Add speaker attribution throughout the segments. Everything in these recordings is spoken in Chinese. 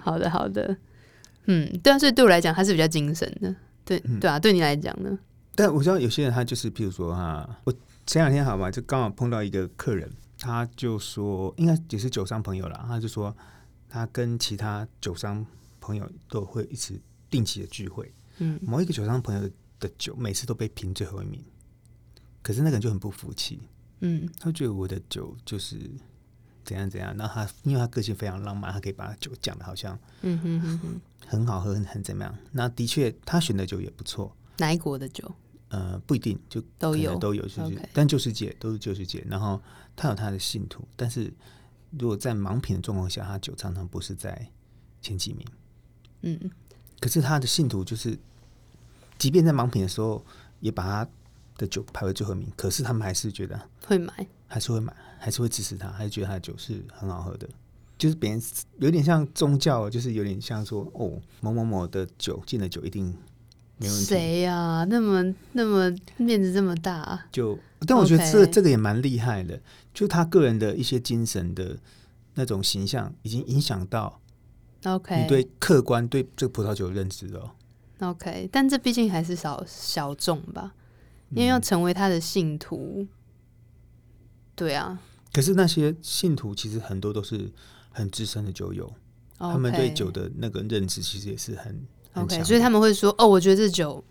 Speaker 1: 好的，好的，嗯，对啊，所以对我来讲，它是比较精神的，对，
Speaker 2: 嗯
Speaker 1: 对啊，对你来讲呢？
Speaker 2: 但我知道有些人他就是，譬如说哈，我前两天好嘛，就刚好碰到一个客人，他就说，应该也是酒商朋友了，他就说他跟其他酒商朋友都会一起定期的聚会，
Speaker 1: 嗯，
Speaker 2: 某一个酒商朋友的酒每次都被评最后一名，可是那个人就很不服气，
Speaker 1: 嗯，
Speaker 2: 他觉得我的酒就是怎样怎样，那他因为他个性非常浪漫，他可以把酒讲的好像
Speaker 1: 嗯哼哼哼，
Speaker 2: 很好喝，很很怎么样，那的确他选的酒也不错，
Speaker 1: 哪一国的酒
Speaker 2: 呃，不一定就
Speaker 1: 都
Speaker 2: 可能
Speaker 1: 有？
Speaker 2: 都有，就是
Speaker 1: OK
Speaker 2: 但旧世界都是旧世界。然后他有他的信徒，但是如果在盲品的状况下，他酒常常不是在前几名。
Speaker 1: 嗯，
Speaker 2: 可是他的信徒就是，即便在盲品的时候，也把他的酒排为最后一名，可是他们还是觉得
Speaker 1: 会买，
Speaker 2: 还是会买，还是会支持他，还是觉得他的酒是很好喝的。就是别人有点像宗教，就是有点像说哦，某某某的酒进了酒一定没问题，
Speaker 1: 谁呀、那么那么面子这么大、啊，
Speaker 2: 就，但我觉得这
Speaker 1: OK
Speaker 2: 这个也蛮厉害的，就他个人的一些精神的那种形象，已经影响到
Speaker 1: OK，
Speaker 2: 你对客观对这个葡萄酒的认知了哦。
Speaker 1: OK，但这毕竟还是少小众吧，因
Speaker 2: 嗯
Speaker 1: 为要成为他的信徒，对啊
Speaker 2: 可是那些信徒其实很多都是很资深的酒友
Speaker 1: ，OK，
Speaker 2: 他们对酒的那个认知其实也是很很强
Speaker 1: OK，
Speaker 2: 的。
Speaker 1: 所以他们会说：“哦，我觉得这酒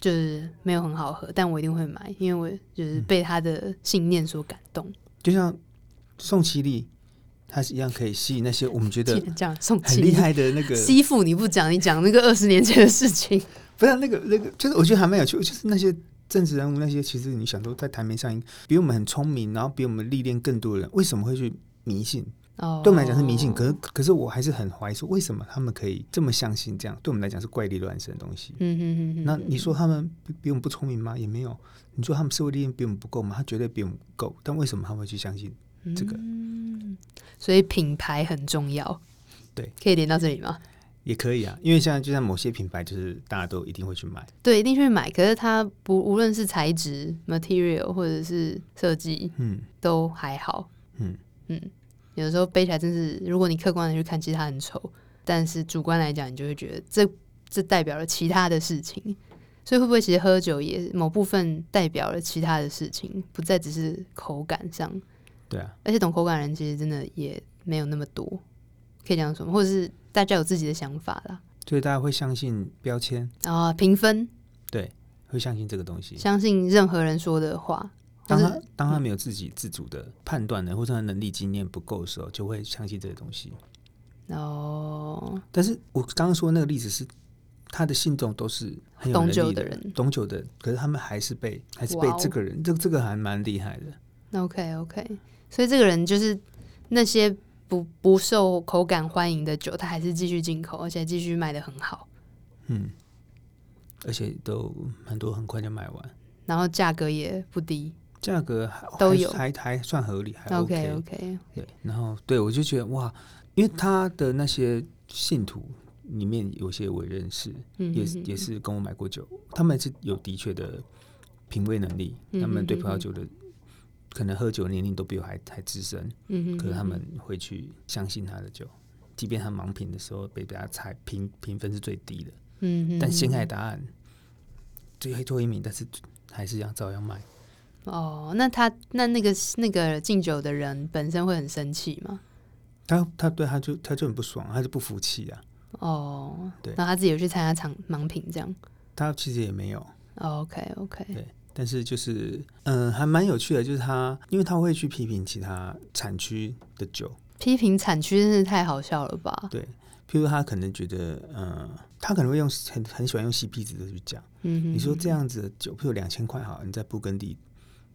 Speaker 1: 就是没有很好喝，但我一定会买，因为我就是
Speaker 2: 嗯
Speaker 1: 被他的信念所感动。
Speaker 2: 就像宋其力，他是一样可以吸引那些我们 觉得
Speaker 1: 竟然这样送
Speaker 2: 很
Speaker 1: 气
Speaker 2: 厉，害的那个，
Speaker 1: 吸附你不讲，你讲那个二十年前的事情。
Speaker 2: 不是那个那个，就是我觉得还蛮有趣，就是那些政治人物那些，其实你想说在台面上比我们很聪明，然后比我们历练更多的人，为什么会去迷信？
Speaker 1: 哦，
Speaker 2: 对我们来讲是迷信，可是可是我还是很怀疑说，为什么他们可以这么相信这样？对我们来讲是怪力乱神的东西。
Speaker 1: 嗯哼哼哼，
Speaker 2: 那你说他们比比我们不聪明吗？也没有。你说他们社会历练比我们不够吗？他绝对比我们够，但为什么他们会去相信？这个
Speaker 1: 嗯，所以品牌很重要。
Speaker 2: 对，
Speaker 1: 可以连到这里吗？
Speaker 2: 也可以啊，因为现在就像某些品牌，就是大家都一定会去买。
Speaker 1: 对，一定去买。可是它不，无论是材质、material 或者是设计，
Speaker 2: 嗯，
Speaker 1: 都还好。
Speaker 2: 嗯
Speaker 1: 嗯，有的时候背起来真是，如果你客观的去看，其实它很丑，但是主观来讲，你就会觉得这这代表了其他的事情。所以会不会其实喝酒也某部分代表了其他的事情，不再只是口感上？
Speaker 2: 对啊，
Speaker 1: 而且懂口感的人其实真的也没有那么多，可以讲什么，或者是大家有自己的想法啦。
Speaker 2: 所以大家会相信标签，
Speaker 1: 啊，评分，
Speaker 2: 会相信这个东西。
Speaker 1: 相信任何人说的话，
Speaker 2: 当
Speaker 1: 或
Speaker 2: 他
Speaker 1: 是嗯
Speaker 2: 当他没有自己自主的判断的，或者他能力经验不够的时候，就会相信这些东西。
Speaker 1: 哦，
Speaker 2: 但是我刚刚说那个例子是，他的信众都是很有
Speaker 1: 懂
Speaker 2: 能力
Speaker 1: 酒的
Speaker 2: 的
Speaker 1: 人
Speaker 2: 懂酒的人，可是他们还是被还是被
Speaker 1: 哇哦
Speaker 2: 这个人，这这个还蛮厉害的。
Speaker 1: OK OK，所以这个人就是那些不不受口感欢迎的酒，他还是继续进口，而且继续卖的很好，
Speaker 2: 嗯，而且都很多很快就卖完，
Speaker 1: 然后价格也不低。
Speaker 2: 价格还
Speaker 1: 都
Speaker 2: 还
Speaker 1: 有
Speaker 2: 还还算合理，还
Speaker 1: OK OK，
Speaker 2: 对，然后对我就觉得哇，因为他的那些信徒里面有些我也认识，
Speaker 1: 嗯
Speaker 2: 也
Speaker 1: 哼
Speaker 2: 是
Speaker 1: 哼
Speaker 2: 也是跟我买过酒，他们是有的确的品味能力，
Speaker 1: 嗯
Speaker 2: 他们对
Speaker 1: 嗯
Speaker 2: 葡萄
Speaker 1: 嗯
Speaker 2: 酒的可能喝酒的年龄都比我还还资深，
Speaker 1: 嗯哼
Speaker 2: 可是他
Speaker 1: 哼
Speaker 2: 们会去相信他的酒，即便他盲品的时候被被他猜评评分是最低的，
Speaker 1: 嗯哼
Speaker 2: 但陷
Speaker 1: 哼
Speaker 2: 害答案最后最后一名，但是还是一样照样卖。
Speaker 1: 哦，那他那那个那个敬酒的人本身会很生气吗？
Speaker 2: 他他对他就他就很不爽，他就不服气啊，
Speaker 1: 哦，
Speaker 2: 对
Speaker 1: 然后他自己有去参加场盲品这样。哦
Speaker 2: 他其实也没有。
Speaker 1: OK OK，
Speaker 2: 对但是就是，嗯，还蛮有趣的，就是他，因为他会去批评其他产区的酒，
Speaker 1: 批评产区真是太好笑了吧？
Speaker 2: 譬如他可能觉得，嗯，他可能会用很很喜欢用 CP 值的去讲，
Speaker 1: 嗯哼，
Speaker 2: 你说这样子的酒，譬如两千块好，你在布根地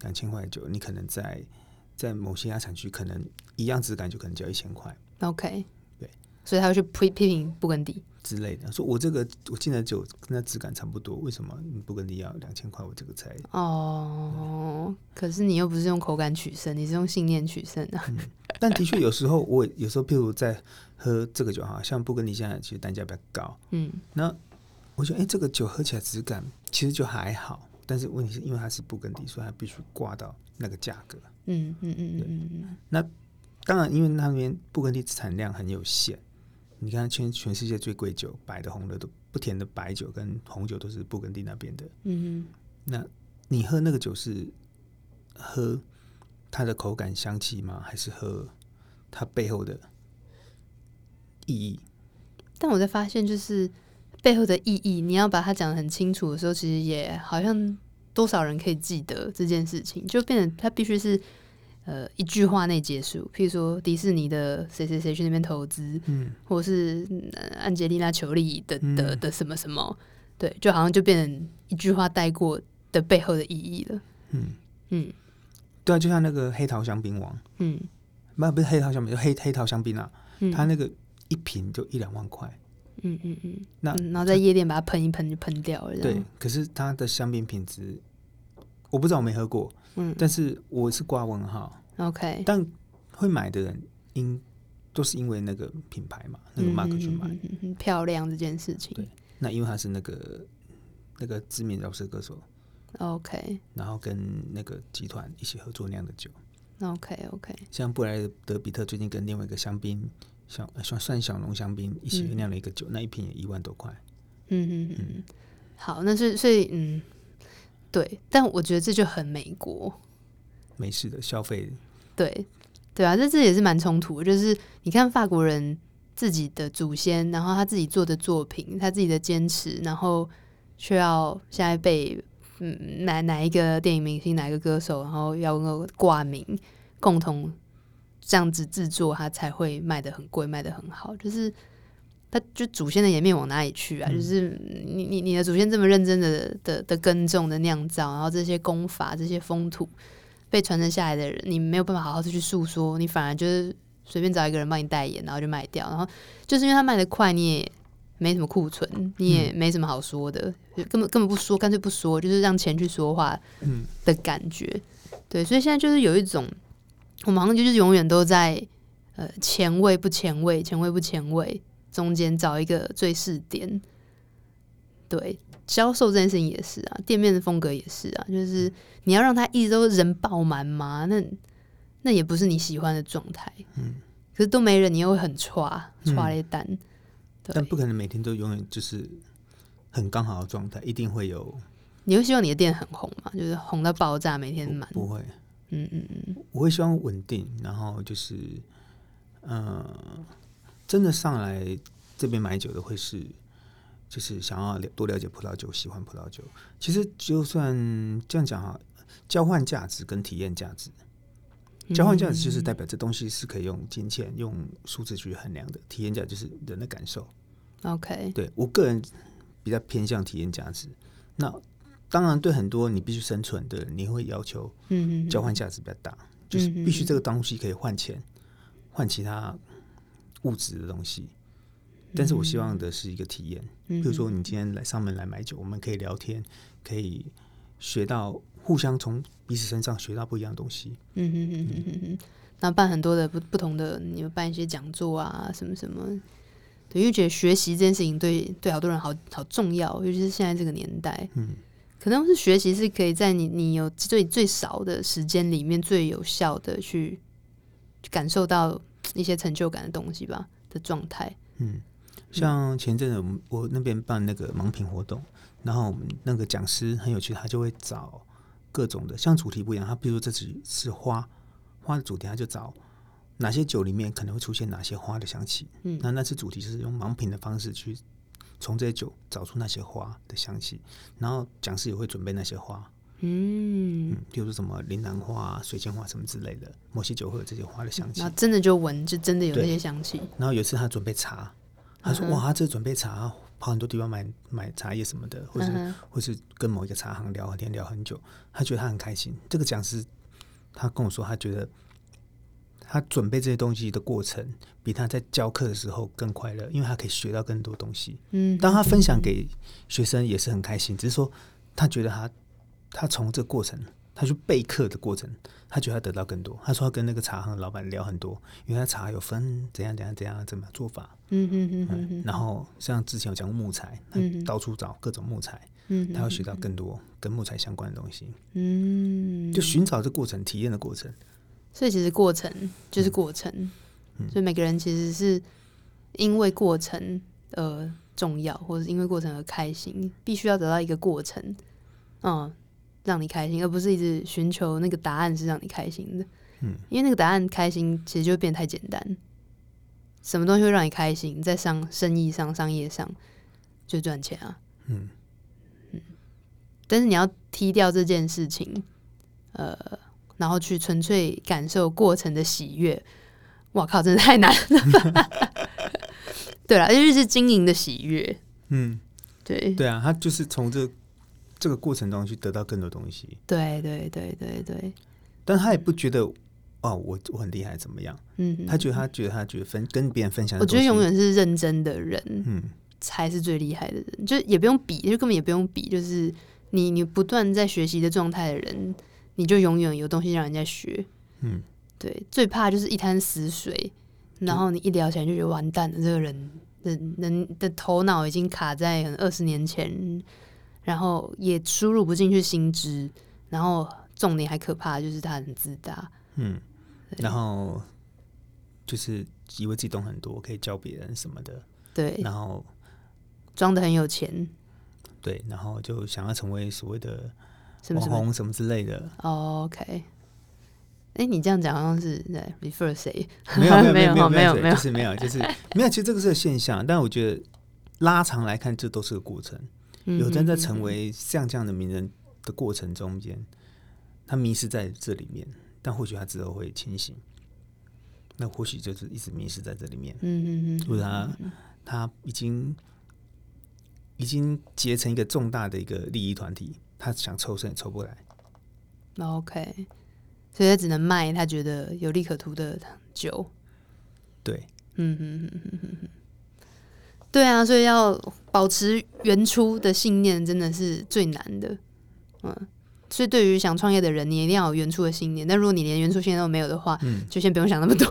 Speaker 2: 两千块的酒，你可能在在某些亚产区可能一样质感就可能只要一千块
Speaker 1: OK，
Speaker 2: 对，
Speaker 1: 所以他会去批批评布根地。
Speaker 2: 之类的，说我这个我进的酒跟它质感差不多，为什么你布根地要两千块，我这个才
Speaker 1: 哦，可是你又不是用口感取胜，你是用信念取胜啊。
Speaker 2: 但的确，有时候我也有时候，譬如在喝这个酒哈，像布根地现在其实单价比较高，
Speaker 1: 嗯，
Speaker 2: 那我觉得哎、诶这个酒喝起来质感其实就还好，但是问题是因为它是布根地，所以它必须挂到那个价格。
Speaker 1: 嗯嗯嗯嗯嗯，
Speaker 2: 当然，因为那边布根地产量很有限，你看全全世界最贵酒，白的、红的都不甜的白酒跟红酒都是布根地那边的。
Speaker 1: 嗯
Speaker 2: 那你喝那个酒是喝它的口感、香气吗？还是喝它背后的意义？
Speaker 1: 哼，但我在发现就是背后的意义，你要把它讲得很清楚的时候，其实也好像多少人可以记得这件事情，就变成它必须是呃一句话内结束。譬如说迪士尼的谁谁谁去那边投资，
Speaker 2: 嗯，
Speaker 1: 或是呃安吉丽娜·裘丽的的
Speaker 2: 嗯
Speaker 1: 的什么什么，对，就好像就变成一句话带过的背后的意义了。
Speaker 2: 嗯
Speaker 1: 嗯
Speaker 2: 对啊，就像那个黑桃香槟王，
Speaker 1: 嗯
Speaker 2: 那不是黑桃香槟，就黑黑桃香槟啊，
Speaker 1: 嗯，
Speaker 2: 它那个一瓶就一两万块。
Speaker 1: 嗯嗯嗯，
Speaker 2: 那
Speaker 1: 嗯然后在夜店把它喷一喷就喷掉了，这
Speaker 2: 对
Speaker 1: 样，
Speaker 2: 可是它的香槟品质，我不知道我没喝过，
Speaker 1: 嗯
Speaker 2: 但是我是挂问号。
Speaker 1: ，OK，
Speaker 2: 但会买的人因都是因为那个品牌嘛，那个 mark 去买。
Speaker 1: 嗯嗯嗯嗯漂亮这件事情
Speaker 2: 对那因为他是那个那个知名饶舌歌手，
Speaker 1: ，OK
Speaker 2: 然后跟那个集团一起合作酿的酒。
Speaker 1: OK OK，
Speaker 2: 像布莱德比特最近跟另外一个香槟小呃算算小农香槟一起
Speaker 1: 嗯
Speaker 2: 酿了一个酒，那一瓶也一万多块。
Speaker 1: 嗯嗯嗯
Speaker 2: 嗯
Speaker 1: 嗯，好，那是所以嗯，对，但我觉得这就很美国，
Speaker 2: 没事的，消费
Speaker 1: 对对啊，这这也是蛮冲突的。就是你看法国人自己的祖先，然后他自己做的作品，他自己的坚持，然后却要现在被嗯哪哪一个电影明星、哪一个歌手，然后要够挂名，共同这样子制作，它才会卖的很贵，卖的很好。就是它就祖先的颜面往哪里去啊？就是你你你的祖先这么认真的的的耕种的酿造，然后这些功法、这些风土被传承下来的人，你没有办法好好的去诉说，你反而就是随便找一个人帮你代言，然后就卖掉，然后就是因为他卖的快，你也。没什么库存，
Speaker 2: 嗯
Speaker 1: 你也没什么好说的，就根本根本不说，干脆不说，就是让钱去说话
Speaker 2: 嗯
Speaker 1: 的感觉。对，所以现在就是有一种，我们好像就是永远都在呃前卫不前卫，前卫不前卫中间找一个最适点。对，销售这件事情也是啊，店面的风格也是啊，就是你要让他一直都人爆满嘛，那那也不是你喜欢的状态。
Speaker 2: 嗯，
Speaker 1: 可是都没人，你又会很歘
Speaker 2: 嗯
Speaker 1: 歘一单。
Speaker 2: 但
Speaker 1: 对，
Speaker 2: 不可能每天都永远就是很刚好的状态，一定会有
Speaker 1: 你会希望你的店很红嘛？就是红到爆炸，每天
Speaker 2: 不
Speaker 1: 满。
Speaker 2: 不会。
Speaker 1: 嗯嗯嗯，
Speaker 2: 我会希望稳定，然后就是，呃，真的上来这边买酒的会是，就是想要了多了解葡萄酒，喜欢葡萄酒。其实就算这样讲哈，交换价值跟体验价值，
Speaker 1: 嗯
Speaker 2: 交换价值就是代表这东西是可以用金钱、用数字去衡量的，体验价就是人的感受。
Speaker 1: OK。
Speaker 2: 对我个人比较偏向体验价值。那当然，对很多你必须生存的人，你会要求
Speaker 1: 嗯嗯，嗯
Speaker 2: 交换价值比较大，就是必
Speaker 1: 嗯
Speaker 2: 须
Speaker 1: 嗯嗯
Speaker 2: 这个东西可以换钱，换其他物质的东西。
Speaker 1: 嗯
Speaker 2: 但是我希望的是一个体验，
Speaker 1: 比
Speaker 2: 比如说你今天来上门来买酒，我们可以聊天，可以学到互相从彼此身上学到不一样的东西。
Speaker 1: 嗯哼哼哼哼哼，然后办很多的不不同的，你们办一些讲座啊，什么什么，对，因为觉得学习这件事情对对好多人好好重要，尤其是现在这个年代，
Speaker 2: 嗯，
Speaker 1: 可能是学习是可以在你你有最最少的时间里面最有效的去感受到一些成就感的东西吧的状态。
Speaker 2: 嗯，像前阵子我们我那边办那个盲品活动，然后我们那个讲师很有趣，他就会找各种的，像主题不一样，他比如说这次是花，花的主题他就找哪些酒里面可能会出现哪些花的香气，
Speaker 1: 嗯
Speaker 2: 那那次主题就是用盲品的方式去从这些酒找出那些花的香气，然后讲师也会准备那些花，
Speaker 1: 嗯，
Speaker 2: 嗯，比如说什么铃兰花、啊水仙花什么之类的，某些酒会有这些花的香气
Speaker 1: 然，后真的就闻，就真的有那
Speaker 2: 对
Speaker 1: 些香气。
Speaker 2: 然后有一次他准备茶，他说：“
Speaker 1: 嗯哼
Speaker 2: 哇，他这准备茶，跑很多地方买买茶叶什么的，或是、
Speaker 1: 嗯哼
Speaker 2: 或是跟某一个茶行聊天聊很久，他觉得他很开心。这个讲师他跟我说，他觉得他准备这些东西的过程比他在教课的时候更快乐，因为他可以学到更多东西。
Speaker 1: 嗯，
Speaker 2: 当他分享给学生也是很开心，只是说他觉得他他从这个过程，他去备课的过程，他觉得他得到更多。他说他跟那个茶行的老板聊很多，因为他茶有分怎样怎样怎样怎么做法，
Speaker 1: 嗯哼哼哼
Speaker 2: 嗯
Speaker 1: 哼，
Speaker 2: 然后像之前有讲过木材，他
Speaker 1: 嗯哼
Speaker 2: 到处找各种木材，
Speaker 1: 嗯哼
Speaker 2: 他要学到更多跟木材相关的东西，
Speaker 1: 嗯，
Speaker 2: 就寻找这过程、体验的过程。嗯
Speaker 1: 所以其实过程就是过程，所以每个人其实是因为过程而重要，或者是因为过程而开心，必须要得到一个过程，嗯，让你开心，而不是一直寻求那个答案是让你开心的。
Speaker 2: 嗯，
Speaker 1: 因为那个答案开心其实就会变得太简单，什么东西会让你开心？在商生意上、商业上就赚钱啊。
Speaker 2: 嗯
Speaker 1: 但是你要踢掉这件事情，呃，然后去纯粹感受过程的喜悦。哇靠，真的太难了。对了，就是经营的喜悦。
Speaker 2: 嗯，
Speaker 1: 对
Speaker 2: 对啊，他就是从这这个过程中去得到更多东西，
Speaker 1: 对对对对对，
Speaker 2: 但他也不觉得哦，我我很厉害怎么样？
Speaker 1: 嗯，
Speaker 2: 他觉得他觉得他觉得分跟别人分享的
Speaker 1: 我
Speaker 2: 东
Speaker 1: 觉
Speaker 2: 西，
Speaker 1: 得永远是认真的人
Speaker 2: 嗯
Speaker 1: 才是最厉害的人，就也不用比，就根本也不用比，就是你你不断在学习的状态的人，你就永远有东西让人家学。
Speaker 2: 嗯，
Speaker 1: 对，最怕就是一滩死水，然后你一聊起来就觉得完蛋了，这个人的人的头脑已经卡在二十年前，然后也输入不进去新知，然后重点还可怕的就是他很自大，
Speaker 2: 嗯，
Speaker 1: 对
Speaker 2: 然后就是以为自己懂很多，可以教别人什么的，
Speaker 1: 对，
Speaker 2: 然后
Speaker 1: 装的很有钱，
Speaker 2: 对，然后就想要成为所谓的
Speaker 1: 什么
Speaker 2: 网
Speaker 1: 什么、
Speaker 2: 红什么之 类的，
Speaker 1: 哦、，OK，哎、诶你这样讲好像是在 refer 谁？
Speaker 2: 没有没有
Speaker 1: 没有
Speaker 2: 没有
Speaker 1: 没有没
Speaker 2: 没
Speaker 1: 有
Speaker 2: 就是没有就是没有，其实这个是个现象，但我觉得拉长来看，这都是个过程。
Speaker 1: 嗯
Speaker 2: 有的人在成为像这样的名人的过程中间，他迷失在这里面，但或许他之后会清醒。那或许就是一直迷失在这里面，
Speaker 1: 嗯，嗯嗯嗯
Speaker 2: 或者他他已经已经结成一个重大的一个利益团体，他想抽身也抽不来。
Speaker 1: 嗯，OK，所以他只能卖他觉得有利可图的酒。
Speaker 2: 对，
Speaker 1: 嗯嗯嗯嗯嗯，对啊，所以要保持原初的信念真的是最难的。嗯，所以对于想创业的人，你一定要有原初的信念。但如果你连原初信念都没有的话，
Speaker 2: 嗯，
Speaker 1: 就先不用想那么多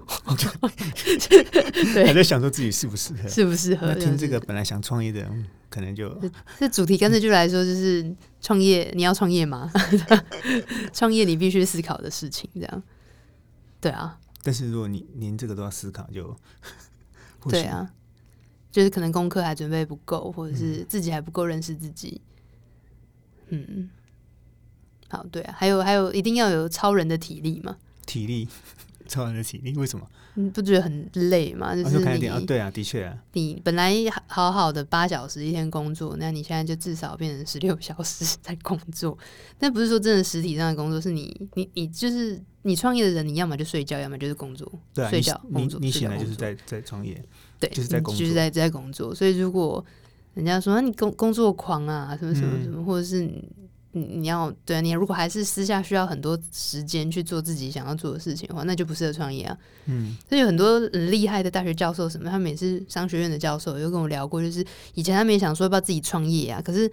Speaker 2: 还在想说自己适不适合。
Speaker 1: 适不适合
Speaker 2: 那。听 这
Speaker 1: 就是
Speaker 2: 个，本来想创业的人，嗯可能就
Speaker 1: 这主题干脆就来说，就是创业，你要创业吗？ 创业你必须思考的事情，这样。对啊，
Speaker 2: 但是如果你连这个都要思考， 就或
Speaker 1: 对
Speaker 2: 许
Speaker 1: 啊，就是可能功课还准备不够，或者是自己还不够认识自己。嗯，好，对啊，还有还有，一定要有超人的体力嘛，
Speaker 2: 体力 超人的体力，为什么？
Speaker 1: 你不觉得很累吗？就
Speaker 2: 我
Speaker 1: 是
Speaker 2: 就看一
Speaker 1: 你、
Speaker 2: 点啊，对啊，的确啊，
Speaker 1: 你本来好好的八小时一天工作，那你现在就至少变成十六小时在工作。 但不是说真的实体上的工作，是你你你就是你创业的人，你要么就睡觉，要么就是工作，
Speaker 2: 对啊，
Speaker 1: 睡觉
Speaker 2: 你
Speaker 1: 工
Speaker 2: 你
Speaker 1: 作
Speaker 2: 你
Speaker 1: 睡
Speaker 2: 显
Speaker 1: 觉
Speaker 2: 然就
Speaker 1: 工
Speaker 2: 是
Speaker 1: 作
Speaker 2: 在在创业，
Speaker 1: 对，
Speaker 2: 就是在工
Speaker 1: 就是
Speaker 2: 作
Speaker 1: 在在工作。所以如果人家说、啊、你工工作狂啊，什么什么什么，
Speaker 2: 嗯
Speaker 1: 或者是你你你要对啊，你如果还是私下需要很多时间去做自己想要做的事情的话，那就不适合创业啊。
Speaker 2: 嗯
Speaker 1: 所以有很多很厉害的大学教授什么，他们也是商学院的教授，有跟我聊过，就是以前他们也想说要不要自己创业啊，可是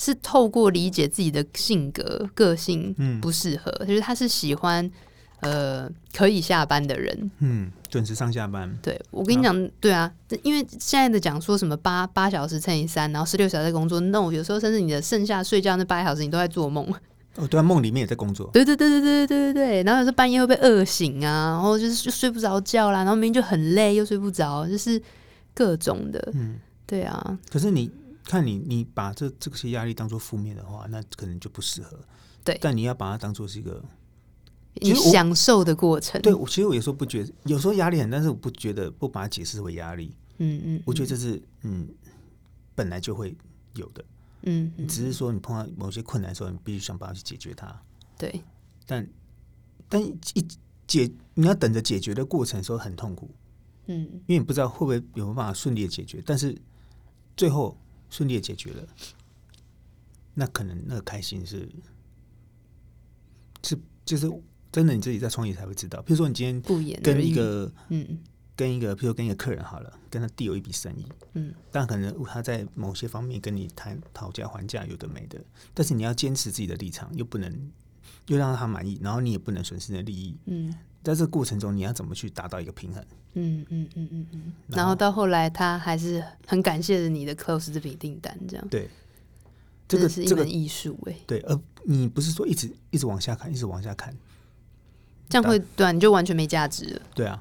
Speaker 1: 是透过理解自己的性格个性
Speaker 2: 嗯
Speaker 1: 不适合，就是他是喜欢呃可以下班的人，
Speaker 2: 嗯，准时上下班，
Speaker 1: 对，我跟你讲，对啊，这因为现在的讲说什么八八小时乘以三，然后十六小时在工作，no，有时候甚至你的剩下睡觉那八小时，你都在做梦。
Speaker 2: 哦，对啊，梦里面也在工作，
Speaker 1: 对对对对对对对对，然后有时候半夜会被饿醒啊，然后就是就睡不着觉啦，然后明明就很累又睡不着，就是各种的，
Speaker 2: 嗯，
Speaker 1: 对啊，
Speaker 2: 可是你看你你把这这些压力当做负面的话，那可能就不适合，
Speaker 1: 对
Speaker 2: 但你要把它当做是一个，
Speaker 1: 你
Speaker 2: 其实我
Speaker 1: 享受的过程，
Speaker 2: 对我其实我有时候不觉得，有时候压力很，但是我不觉得不把它解释为压力，
Speaker 1: 嗯嗯，
Speaker 2: 我觉得
Speaker 1: 得，
Speaker 2: 这是嗯本来就会有的，
Speaker 1: 嗯，嗯
Speaker 2: 只是说你碰到某些困难的时候，你必须想办法去解决它。
Speaker 1: 对，
Speaker 2: 但但一解你要等着解决的过程的时候很痛苦，
Speaker 1: 嗯，
Speaker 2: 因为你不知道会不会有没有办法顺利的解决，但是最后顺利的解决了，那可能那个开心是是就是真的你自己在创业才会知道。比如说你今天
Speaker 1: 不言而
Speaker 2: 跟
Speaker 1: 喻
Speaker 2: 一，个
Speaker 1: 嗯
Speaker 2: 跟一个，比如说跟一个客人好了，跟他递有一笔生意，
Speaker 1: 嗯，
Speaker 2: 但可能他在某些方面跟你谈讨价还价，有的没的，但是你要坚持自己的立场，又不能又让他满意，然后你也不能损失你的利益，
Speaker 1: 嗯
Speaker 2: 在这个过程中，你要怎么去达到一个平衡？
Speaker 1: 嗯嗯嗯嗯嗯，然
Speaker 2: 然
Speaker 1: 后
Speaker 2: 后
Speaker 1: 到后来他还是很感谢你的 close 这笔订单，这样。
Speaker 2: 对，这
Speaker 1: 真
Speaker 2: 个
Speaker 1: 的是一
Speaker 2: 这个
Speaker 1: 门艺术哎，
Speaker 2: 对，而你不是说一直一直往下看，一直往下看，
Speaker 1: 这样会对啊，你就完全没价值了。
Speaker 2: 对啊，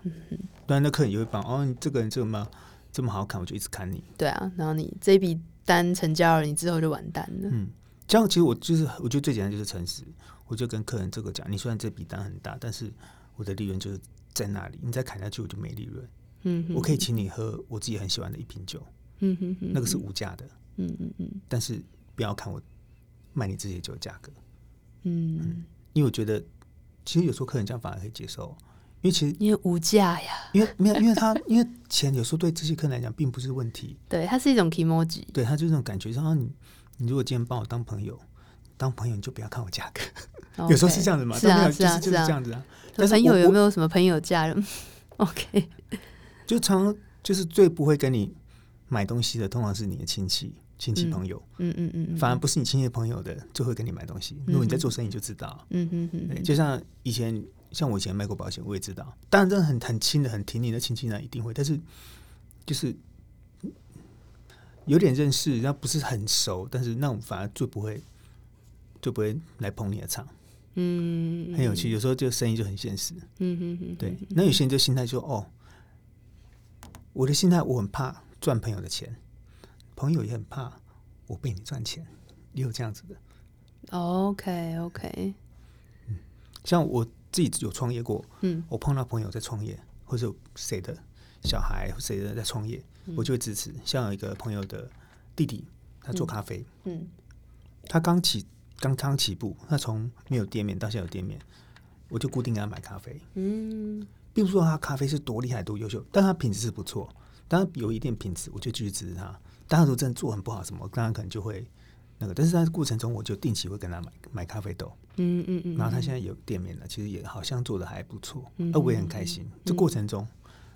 Speaker 2: 对啊，那客人也会帮哦，你这个人这么这么好砍，我就一直砍你。
Speaker 1: 对啊，然后你这笔单成交了，你之后就完蛋了。
Speaker 2: 嗯，这样其实我就是我觉得最简单就是诚实，我就跟客人这个讲，你虽然这笔单很大，但是我的利润就是在那里，你再砍下去我就没利润。
Speaker 1: 嗯哼，
Speaker 2: 我可以请你喝我自己很喜欢的一瓶酒，
Speaker 1: 嗯哼哼，
Speaker 2: 那个是无价的，
Speaker 1: 嗯嗯嗯
Speaker 2: 但是不要看我卖你自己的酒的价格，
Speaker 1: 嗯，
Speaker 2: 因为我觉得其实有时候客人这样反而可以接受，因为其实
Speaker 1: 因为无价呀，
Speaker 2: 因为没有，因为他因为钱有时候对这些客人来讲并不是问题，
Speaker 1: 对，它是一种 emoji，
Speaker 2: 对他就那种感觉，然后你你如果今天帮我当朋友，当朋友你就不要看我价格，有时候是这样子嘛，
Speaker 1: 哦是
Speaker 2: 当朋
Speaker 1: 啊
Speaker 2: 友就是
Speaker 1: 啊
Speaker 2: 就是这
Speaker 1: 啊，
Speaker 2: 样子啊，但是
Speaker 1: 朋友
Speaker 2: 我
Speaker 1: 有没有什么朋友价嗯 ？OK，
Speaker 2: 就常常就是最不会跟你买东西的，通常是你的亲戚、亲戚
Speaker 1: 嗯
Speaker 2: 朋友，
Speaker 1: 嗯嗯嗯，嗯
Speaker 2: 反而不是你亲戚朋友的最会跟你买东西。如果你在做生意，就知道。
Speaker 1: 嗯嗯嗯
Speaker 2: 对
Speaker 1: 嗯，
Speaker 2: 就像以前，像我以前卖过保险，我也知道。当然，这很很亲的、很挺你的亲戚呢，一定会。但是就是嗯有点认识，然后不是很熟，但是那种反而最不会。最不会来捧你的场，
Speaker 1: 嗯，
Speaker 2: 很有趣。有时候就生意就很现实，
Speaker 1: 嗯嗯嗯，
Speaker 2: 对。那有些人就心态就哦，我的心态我很怕赚朋友的钱，朋友也很怕我被你赚钱，也有这样子的。
Speaker 1: ，OK OK，
Speaker 2: 像我自己有创业过，
Speaker 1: 嗯，
Speaker 2: 我碰到朋友在创业，或者谁的小孩谁的在创业，我就会支持。像有一个朋友的弟弟，他做咖啡，
Speaker 1: 嗯
Speaker 2: 他刚起刚刚起步，他从没有店面到现在有店面，我就固定给他买咖啡，
Speaker 1: 嗯
Speaker 2: 并不是说他咖啡是多厉害多优秀，但他品质是不错，当然有一定品质，我就继续支持他。但他如果真的做很不好什么，当然可能就会那个，但是在过程中我就定期会跟他买买咖啡豆。
Speaker 1: 嗯嗯嗯，
Speaker 2: 然后他现在有店面了，其实也好像做的还不错，
Speaker 1: 嗯
Speaker 2: 那、我也很开心。这过程中，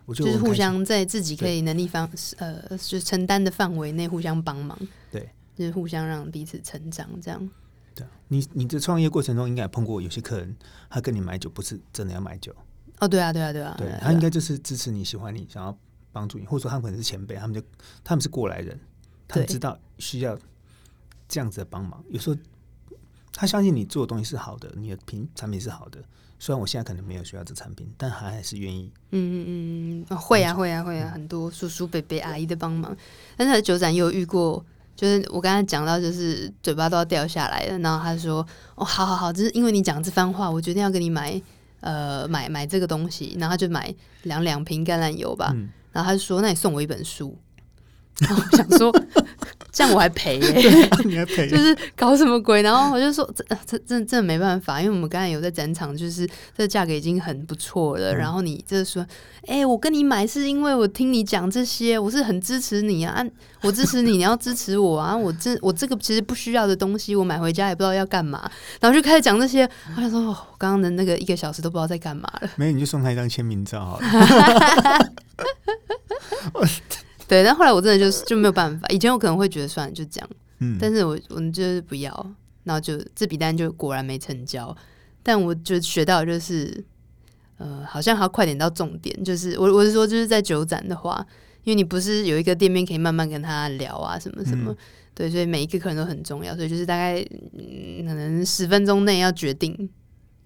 Speaker 2: 我觉
Speaker 1: 就
Speaker 2: 得
Speaker 1: 是
Speaker 2: 我很
Speaker 1: 互
Speaker 2: 开心
Speaker 1: 相在自己可以能力方呃，就是承担的范围内互相帮忙，
Speaker 2: 对，
Speaker 1: 就是互相让彼此成长这样。
Speaker 2: 对啊你你的创业过程中应该也碰过有些客人，他跟你买酒不是真的要买酒，
Speaker 1: 哦，对啊，对啊，对啊，
Speaker 2: 对
Speaker 1: 啊
Speaker 2: 他应该就是支持你、喜欢你、想要帮助你，或者说他们可能是前辈，他们就他们是过来人，他们
Speaker 1: 对
Speaker 2: 知道需要这样子的帮忙。有时候他相信你做的东西是好的，你的品产品是好的，虽然我现在可能没有需要这产品，但他还是愿意。
Speaker 1: 嗯嗯嗯，哦会啊会啊会啊，很多叔叔、伯伯、阿姨的帮忙。但是酒展也有遇过，就是我刚才讲到，就是嘴巴都要掉下来了，然后他说：“哦，好好好，就是因为你讲这番话，我决定要跟你买呃买买这个东西。”然后他就买两两瓶橄榄油 吧，
Speaker 2: 嗯
Speaker 1: 然后他就说：“那你送我一本书。” 然后我想说，这样我还赔耶、
Speaker 2: 你还 陪
Speaker 1: 就是搞什么鬼？然后我就说，这这这这没办法，因为我们刚才有在展场，就是这价格已经很不错了。然后你这说，哎、我跟你买是因为我听你讲这些，我是很支持你啊，啊我支持你，你要支持我啊。我这我这个其实不需要的东西，我买回家也不知道要干嘛，然后就开始讲这些。我想说，哦我刚刚的那个一个小时都不知道在干嘛了。
Speaker 2: 没有你就送他一张签名照好了。
Speaker 1: 对，但后来我真的就是就没有办法。以前我可能会觉得算了，就这样。
Speaker 2: 嗯，
Speaker 1: 但是我我们就是不要，然后就这笔单就果然没成交。但我就学到的就是，呃，好像还要快点到重点。就是我我是说，就是在酒展的话，因为你不是有一个店面可以慢慢跟他聊啊，什么什么，
Speaker 2: 嗯
Speaker 1: 对，所以每一个客人都很重要。所以就是大概、嗯、可能十分钟内要决定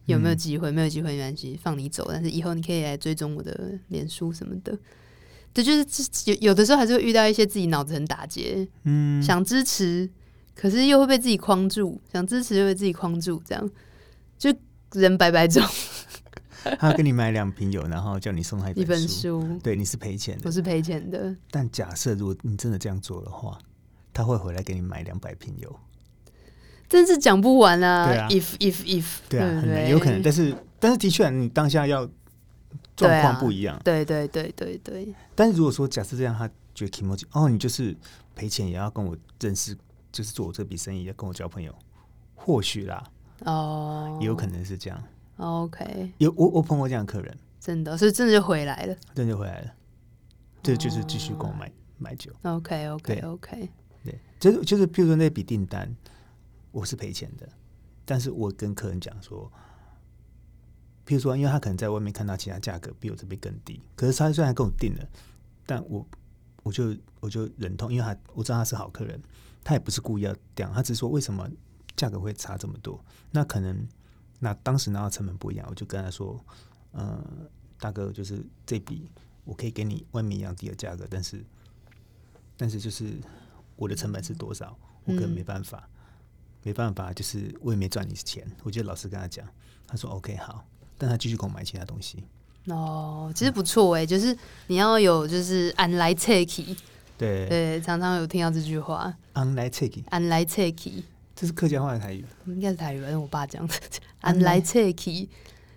Speaker 1: 有没有
Speaker 2: 嗯
Speaker 1: 机会，没有机会没关系，放你走。但是以后你可以来追踪我的脸书什么的。对，就是这有有的时候还是会遇到一些自己脑子很打结，
Speaker 2: 嗯，
Speaker 1: 想支持，可是又会被自己框住；想支持又被自己框住，这样就人百百种。
Speaker 2: 他要跟你买两瓶酒，然后叫你送他一
Speaker 1: 一本
Speaker 2: 书，
Speaker 1: 书，
Speaker 2: 对，你是赔钱
Speaker 1: 我
Speaker 2: 的。
Speaker 1: 是赔钱的，
Speaker 2: 但假设如果你真的这样做的话，他会回来给你买两百瓶油，
Speaker 1: 真是讲不完啊
Speaker 2: 对啊
Speaker 1: If if if，
Speaker 2: 对啊，
Speaker 1: 对不
Speaker 2: 很难，
Speaker 1: 对
Speaker 2: 有可能。但是，但是的确，你当下要状
Speaker 1: 对啊
Speaker 2: 况不一样。
Speaker 1: 对对对对对，
Speaker 2: 但是如果说假设这样，他觉得 k i m o j i 哦，你就是赔钱也要跟我认识，就是做我这笔生意，要跟我交朋友，或许啦，
Speaker 1: 哦，
Speaker 2: 也有可能是这样。
Speaker 1: OK，
Speaker 2: 有我我碰过这样的客人，
Speaker 1: 真的，所以真的就回来了。
Speaker 2: 真的回来了，这就是继续跟我买买酒。
Speaker 1: OK OK
Speaker 2: 对
Speaker 1: OK，
Speaker 2: 对，就是就是，譬如说那笔订单，我是赔钱的，但是我跟客人讲说，譬如说，因为他可能在外面看到其他价格比我这边更低，可是他虽然跟我订了，但我我就我就忍痛，因为他我知道他是好客人，他也不是故意要这样，他只是说为什么价格会差这么多，那可能那当时拿到成本不一样，我就跟他说，呃，大哥，就是这笔我可以给你外面一样低的价格，但是但是就是我的成本是多少，我可能没办法，没办法，就是我也没赚你钱。我记得老师跟他讲，他说 OK 好，但他继续给我买其他东西。
Speaker 1: 哦，其实不错哎、就是你要有就是俺来 take，
Speaker 2: 对
Speaker 1: 对，常常有听到这句话，
Speaker 2: ，online take，
Speaker 1: 俺来 take，
Speaker 2: 这是客家话的台语。
Speaker 1: 应该是嗯台语吧，因为我爸 讲的，
Speaker 2: 嗯
Speaker 1: 俺来 take，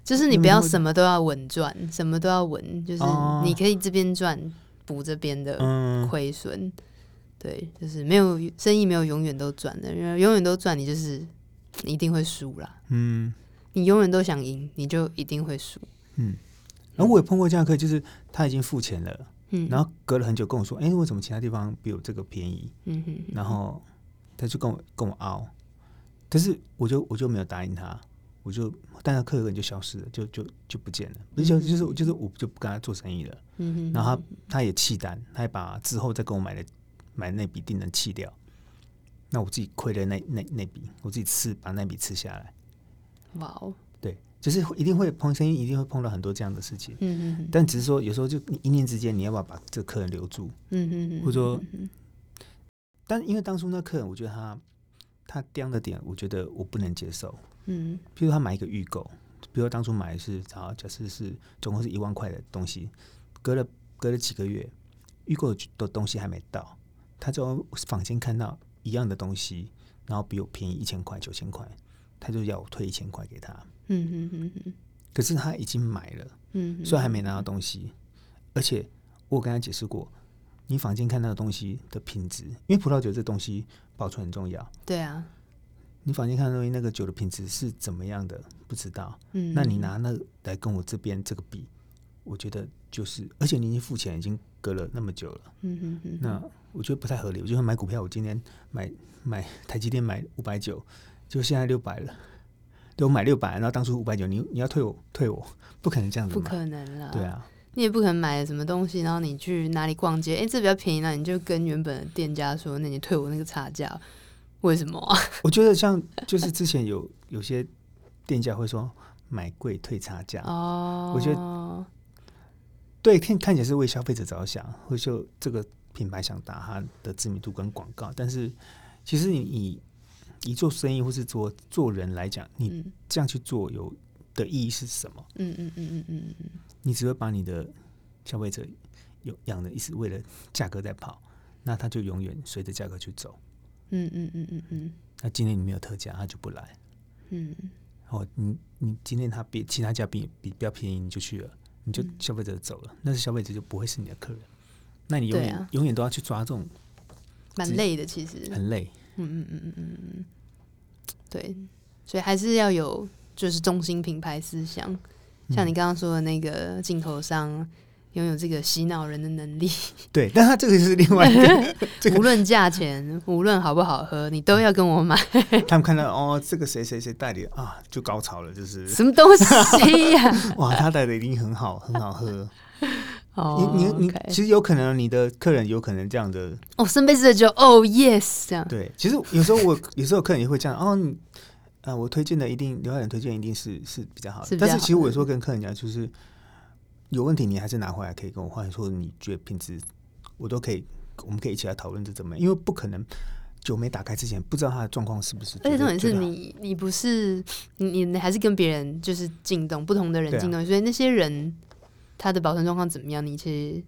Speaker 1: 就是你不要什么都要稳赚，什么都要稳，就是
Speaker 2: 嗯哦
Speaker 1: 你可以这边赚补这边的
Speaker 2: 嗯，
Speaker 1: 亏损，对，就是没有生意没有永远都赚的，因为永远都赚你就是你一定会输啦，
Speaker 2: 嗯
Speaker 1: 你永远都想赢，你就一定会输，
Speaker 2: 嗯。然后我也碰过这样的客，就是他已经付钱了，
Speaker 1: 嗯，
Speaker 2: 然后隔了很久跟我说，哎，为什么其他地方比我这个便宜？
Speaker 1: 嗯哼哼，
Speaker 2: 然后他就跟我跟我凹，可是我就我就没有答应他，我就但他客人就消失了，就就就不见了，不是就就是我就是我就不跟他做生意了。
Speaker 1: 嗯哼，
Speaker 2: 然后他他也弃单，他也把之后再跟我买的买的那笔订单弃掉，那我自己亏了那那那笔，我自己吃把那笔吃下来。
Speaker 1: 哇哦，
Speaker 2: 对，就是会一定会碰生意，一定会碰到很多这样的事情。
Speaker 1: 嗯哼哼。
Speaker 2: 但只是说，有时候就你一念之间，你要不要把这客人留住？
Speaker 1: 嗯哼哼，
Speaker 2: 或者说
Speaker 1: 嗯哼
Speaker 2: 但因为当初那客人，我觉得他他刁的点，我觉得我不能接受。
Speaker 1: 嗯
Speaker 2: 譬如他买一个预购，比如他当初买的是，啊，假设是总共是一万块的东西，隔了隔了几个月，预购的东西还没到，他就坊间看到一样的东西，然后比我便宜一千块、九千块，他就要我退一千块给他。
Speaker 1: 嗯哼哼哼
Speaker 2: 可是他已经买了，
Speaker 1: 嗯哼，
Speaker 2: 虽然还没拿到东西，而且我有跟他解释过，你坊间看到的东西的品质，因为葡萄酒这东西保存很重要，
Speaker 1: 对啊，
Speaker 2: 你坊间看到的东西那个酒的品质是怎么样的，不知道。
Speaker 1: 嗯，
Speaker 2: 那你拿那个来跟我这边这个比，我觉得就是，而且你已经付钱，已经隔了那么久了，
Speaker 1: 嗯哼哼，
Speaker 2: 那我觉得不太合理。我就像买股票，我今天买买台积电买五百九，就现在六百了，对我买六百，然后当初五百九，你你要退我退我，不可能这样子
Speaker 1: 不
Speaker 2: 嘛，
Speaker 1: 可能啦，
Speaker 2: 对，啊，
Speaker 1: 你也不可能买了什么东西，然后你去哪里逛街，哎，这比较便宜，那你就跟原本的店家说，那你退我那个差价，为什么啊？
Speaker 2: 我觉得像就是之前有有些店家会说买贵退差价，
Speaker 1: 哦，
Speaker 2: 我觉
Speaker 1: 得，
Speaker 2: 对，看看起来是为消费者着想，或者就这个品牌想打它的知名度跟广告，但是其实你以以做生意或是做做人来讲，你
Speaker 1: 嗯
Speaker 2: 这样去做有的意义是什么？
Speaker 1: 嗯嗯嗯嗯嗯嗯，
Speaker 2: 你只会把你的消费者有养的一直为了价格在跑，那他就永远随着价格去走。
Speaker 1: 嗯嗯嗯嗯嗯
Speaker 2: 那今天你没有特价，他就不来。
Speaker 1: 嗯
Speaker 2: 哦，你你今天他比其他家比比比较便宜，你就去了，你就
Speaker 1: 嗯
Speaker 2: 消费者走了，那是消费者就不会是你的客人，那你永
Speaker 1: 对
Speaker 2: 远、
Speaker 1: 啊
Speaker 2: 永远都要去抓这种
Speaker 1: 蛮
Speaker 2: 只
Speaker 1: 累的，其实，
Speaker 2: 很累。
Speaker 1: 嗯嗯嗯嗯嗯嗯，对，所以还是要有就是中心品牌思想，像
Speaker 2: 嗯
Speaker 1: 你刚刚说的那个进口商。拥有这个洗脑人的能力，
Speaker 2: 对，但他这个是另外一 个，这个
Speaker 1: 无论价钱，无论好不好喝，你都要跟我买。
Speaker 2: 他们看到哦，这个谁谁谁代理啊，就高潮了，就 是
Speaker 1: 什么东西呀、
Speaker 2: 哇，他带的一定很好，很好喝。
Speaker 1: 哦，
Speaker 2: 你你你
Speaker 1: OK，
Speaker 2: 其实有可能你的客人有可能这样的，
Speaker 1: 哦，圣杯四的酒，哦，yes，这样，
Speaker 2: 对。其实有时候我有时候客人也会这样，哦，你啊、我推荐的一定刘海仁推荐一定是是比较好的，
Speaker 1: 是比较
Speaker 2: 但是
Speaker 1: 好嗯
Speaker 2: 其实我
Speaker 1: 的
Speaker 2: 有时候跟客人讲，就是有问题你还是拿回来可以跟我换，说你觉得品质我都可以，我们可以一起来讨论这怎么样，因为不可能。酒没打开之前，不知道他的状况是不是觉
Speaker 1: 而
Speaker 2: 得。
Speaker 1: 且重点
Speaker 2: 觉
Speaker 1: 是
Speaker 2: 得好
Speaker 1: 你，你不是你，你你还是跟别人就是进动，不同的人
Speaker 2: 对啊
Speaker 1: 进动，所以那些人他的保存状况怎么样，你其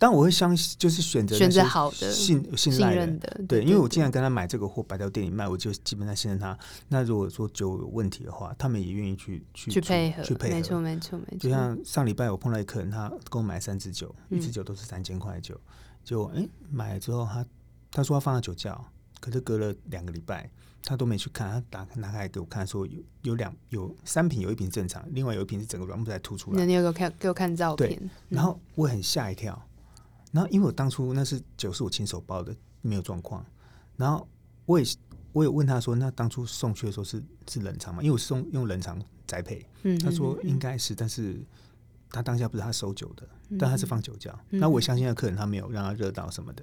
Speaker 2: 但我会相信，就是选择
Speaker 1: 选择
Speaker 2: 那些
Speaker 1: 好的
Speaker 2: 信
Speaker 1: 实
Speaker 2: 信
Speaker 1: 信
Speaker 2: 赖
Speaker 1: 任
Speaker 2: 人。
Speaker 1: 的，
Speaker 2: 对，因为我既然跟他买这个货摆到店里卖，我就基本上信任他。那如果说酒有问题的话，他们也愿意去去
Speaker 1: 去
Speaker 2: 去
Speaker 1: 配合，
Speaker 2: 去配
Speaker 1: 没错，
Speaker 2: 合。
Speaker 1: 没错，没错，
Speaker 2: 就像上礼拜我碰到一客人，他跟我买三支酒，
Speaker 1: 嗯
Speaker 2: 一支酒都是三千块的酒。结果哎，买了之后他他说他放在酒窖，可是隔了两个礼拜他都没去看，他打拿开来给我看，说有有两有三瓶，有一瓶正常，另外有一瓶是整个软木塞凸出来
Speaker 1: 那。你有给我看给我看照
Speaker 2: 对
Speaker 1: 片，嗯
Speaker 2: 然后我很吓一跳，然后因为我当初那是酒是我亲手包的，没有状况。然后我也我也问他说，那当初送去的时候是是冷藏吗？因为我是用用冷藏栽培，
Speaker 1: 嗯
Speaker 2: 他说应
Speaker 1: 嗯
Speaker 2: 该是，但是他当下不是他收酒的，但他是放酒窖。
Speaker 1: 嗯
Speaker 2: 那我相信那客人他没有让他热到什么的。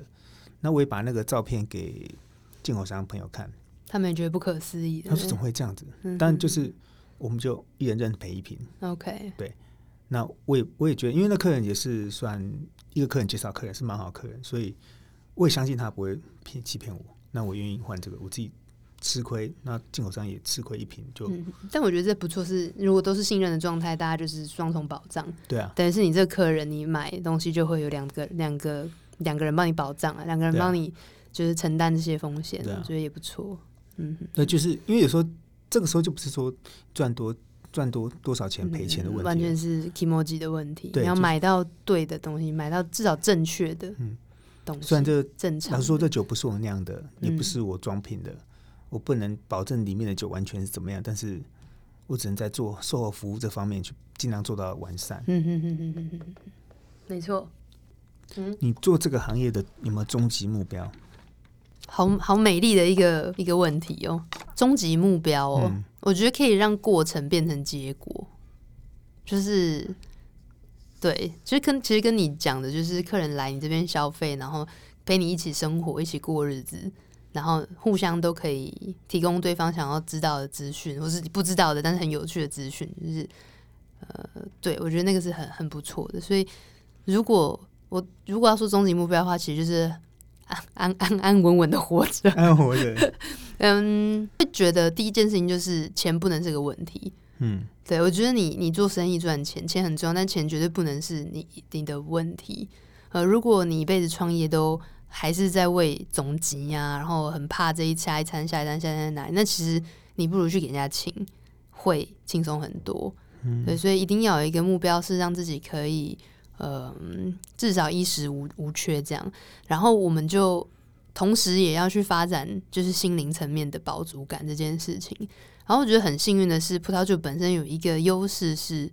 Speaker 2: 那我也把那个照片给进口商朋友看，
Speaker 1: 他们也觉得不可思议，
Speaker 2: 他说怎么会这样子？
Speaker 1: 嗯
Speaker 2: 但就是我们就一人认赔一瓶。
Speaker 1: OK，
Speaker 2: 那我也我也觉得，因为那客人也是算一个客人介绍客人是蛮好的客人，所以我也相信他不会骗欺骗我，那我愿意换这个，我自己吃亏，那进口商也吃亏一瓶，就、
Speaker 1: 嗯，但我觉得这不错是，如果都是信任的状态，大家就是双重保障。
Speaker 2: 对啊，
Speaker 1: 等于是你这个客人，你买东西就会有两个两个两个人帮你保障啊，两个人
Speaker 2: 对啊
Speaker 1: 帮你就是承担这些风险，
Speaker 2: 对啊
Speaker 1: 我觉得也不错。嗯哼，
Speaker 2: 那就是因为有时候这个时候就不是说赚多赚多多少钱赔钱的问题了，
Speaker 1: 嗯
Speaker 2: 啊
Speaker 1: 完全是 i m o j i 的问题。
Speaker 2: 对
Speaker 1: 你要
Speaker 2: 就是
Speaker 1: 买到对的东西，买到至少正确的
Speaker 2: 嗯
Speaker 1: 东西，
Speaker 2: 虽然这
Speaker 1: 正常
Speaker 2: 老
Speaker 1: 的。
Speaker 2: 实说，这酒不是我酿的，也
Speaker 1: 嗯
Speaker 2: 不是我装瓶的，我不能保证里面的酒完全是怎么样，但是我只能在做售后服务这方面去尽量做到完善。
Speaker 1: 嗯哼哼哼哼哼哼，没错，嗯
Speaker 2: 你做这个行业的有没有终极目 标？
Speaker 1: 好好美丽的一个一个问题哦，终极目标哦，
Speaker 2: 嗯
Speaker 1: 我觉得可以让过程变成结果，就是对，其实跟其实跟你讲的就是客人来你这边消费，然后陪你一起生活，一起过日子。然后互相都可以提供对方想要知道的资讯，或是你不知道的但是很有趣的资讯，就是呃，对我觉得那个是很很不错的。所以如果我如果要说终极目标的话，其实就是安安安安稳稳的活着，
Speaker 2: 哎，我的，
Speaker 1: 嗯，会觉得第一件事情就是钱不能是个问题。
Speaker 2: 嗯，
Speaker 1: 对我觉得你你做生意赚钱，钱很重要，但钱绝对不能是你你的问题。呃，如果你一辈子创业都还是在为总集呀、然后很怕这一下一餐下一餐下一餐哪里，那其实你不如去给人家请，会轻松很多。对，所以一定要有一个目标，是让自己可以，呃，嗯至少衣食无无缺这样。然后我们就同时也要去发展，就是心灵层面的饱足感这件事情。然后我觉得很幸运的是，葡萄酒本身有一个优势是，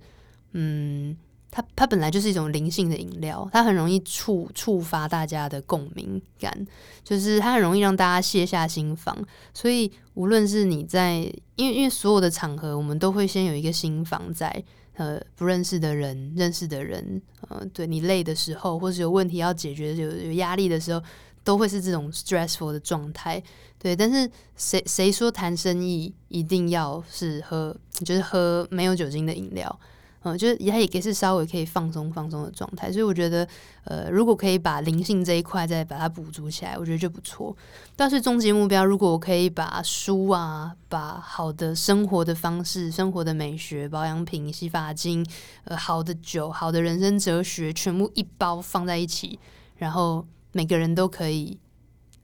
Speaker 1: 嗯，它它本来就是一种灵性的饮料，它很容易触触发大家的共鸣感，就是它很容易让大家卸下心防。所以无论是你在，因为因为所有的场合，我们都会先有一个心防在。呃，不认识的人、认识的人，呃，对你累的时候，或是有问题要解决、有有压力的时候，都会是这种 stressful 的状态。对，但是谁谁说谈生意一定要是喝，就是喝没有酒精的饮料？嗯、就是它也可以是稍微可以放松放松的状态。所以我觉得，呃，如果可以把灵性这一块再把它补足起来，我觉得就不错。但是终极目标，如果我可以把书啊，把好的生活的方式、生活的美学、保养品、洗发精，呃，好的酒、好的人生哲学，全部一包放在一起，然后每个人都可以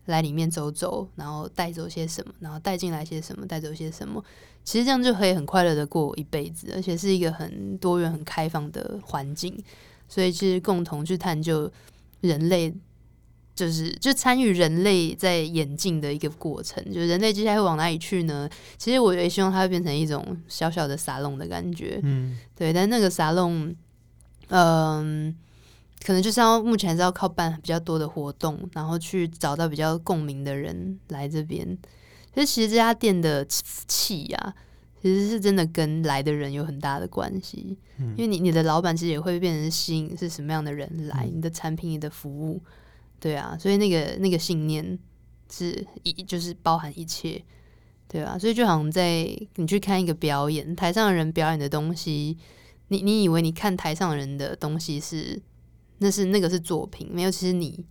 Speaker 1: 来里面走走，然后带走些什么，然后带进来些什么，带走些什么。其实这样就可以很快乐的过一辈子，而且是一个很多元、很开放的环境。所以，其实共同去探究人类，就是就参与人类在演进的一个过程，就是人类接下来会往哪里去呢？其实我也希望它会变成一种小小的沙龙的感觉，
Speaker 2: 嗯，
Speaker 1: 对，但那个沙龙，嗯、可能就是要目前还是要靠办比较多的活动，然后去找到比较共鸣的人来这边。所以其实这家店的气气啊，其实是真的跟来的人有很大的关系，因为你你的老板其实也会变成吸引是什么样的人来，你的产品、你的服务，对啊，所以那个那个信念是一就是包含一切。对啊，所以就好像在你去看一个表演，台上的人表演的东西，你你以为你看台上的人的东西是那是那个是作品，没有，其实你